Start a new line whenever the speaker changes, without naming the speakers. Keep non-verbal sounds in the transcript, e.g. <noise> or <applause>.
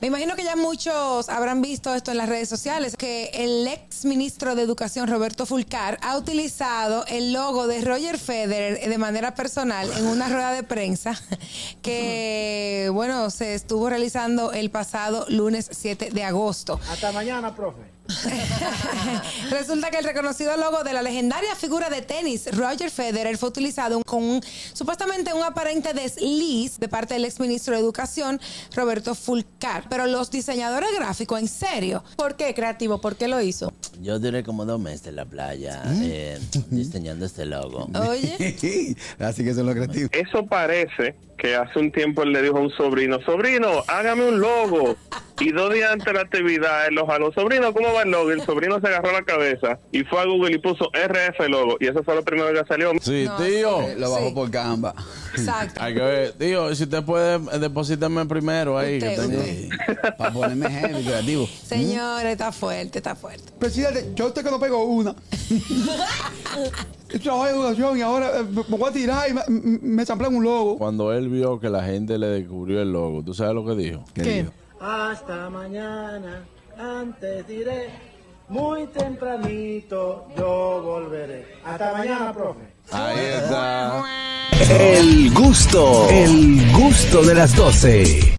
Me imagino que ya muchos habrán visto esto en las redes sociales, que el ex ministro de Educación Roberto Fulcar ha utilizado el logo de Roger Federer de manera personal en una rueda de prensa que, bueno, se estuvo realizando el pasado lunes 7 de agosto.
Hasta mañana, profe.
<laughs> Resulta que el reconocido logo de la legendaria figura de tenis Roger Federer fue utilizado con un, supuestamente un aparente desliz de parte del exministro de Educación Roberto Fulcar. Pero los diseñadores gráficos, en serio, ¿por qué creativo? ¿Por qué lo hizo?
Yo duré como dos meses en la playa eh, diseñando este
<laughs>
logo.
<laughs>
Oye,
Así que eso es lo creativo.
Eso parece que hace un tiempo él le dijo a un sobrino, sobrino, hágame un logo. Y dos días antes de la actividad, él lo jaló, sobrino, ¿cómo va el logo? Y el sobrino se agarró la cabeza y fue a Google y puso RF logo. Y eso fue lo primero que salió.
Sí,
No,
tío.
sí.
Lo bajó
Sí.
por Canva.
exacto.
Hay que ver. Tío, si usted puede, eh, deposítame primero ahí. que
Usted,
tengo-
usted.
Sí, Para ponerme heavy, creativo.
Señores, está fuerte, está fuerte.
Presidente, yo usted que no pego una. Yo Trabajo en educación y ahora eh, me voy a tirar y me, me- me champlean un logo.
Cuando él vio que la gente le descubrió el logo, ¿tú sabes lo que dijo?
¿Qué?
Hasta mañana, antes diré, muy tempranito yo volveré. Hasta mañana, profe.
Ahí está.
El gusto, el gusto de las doce.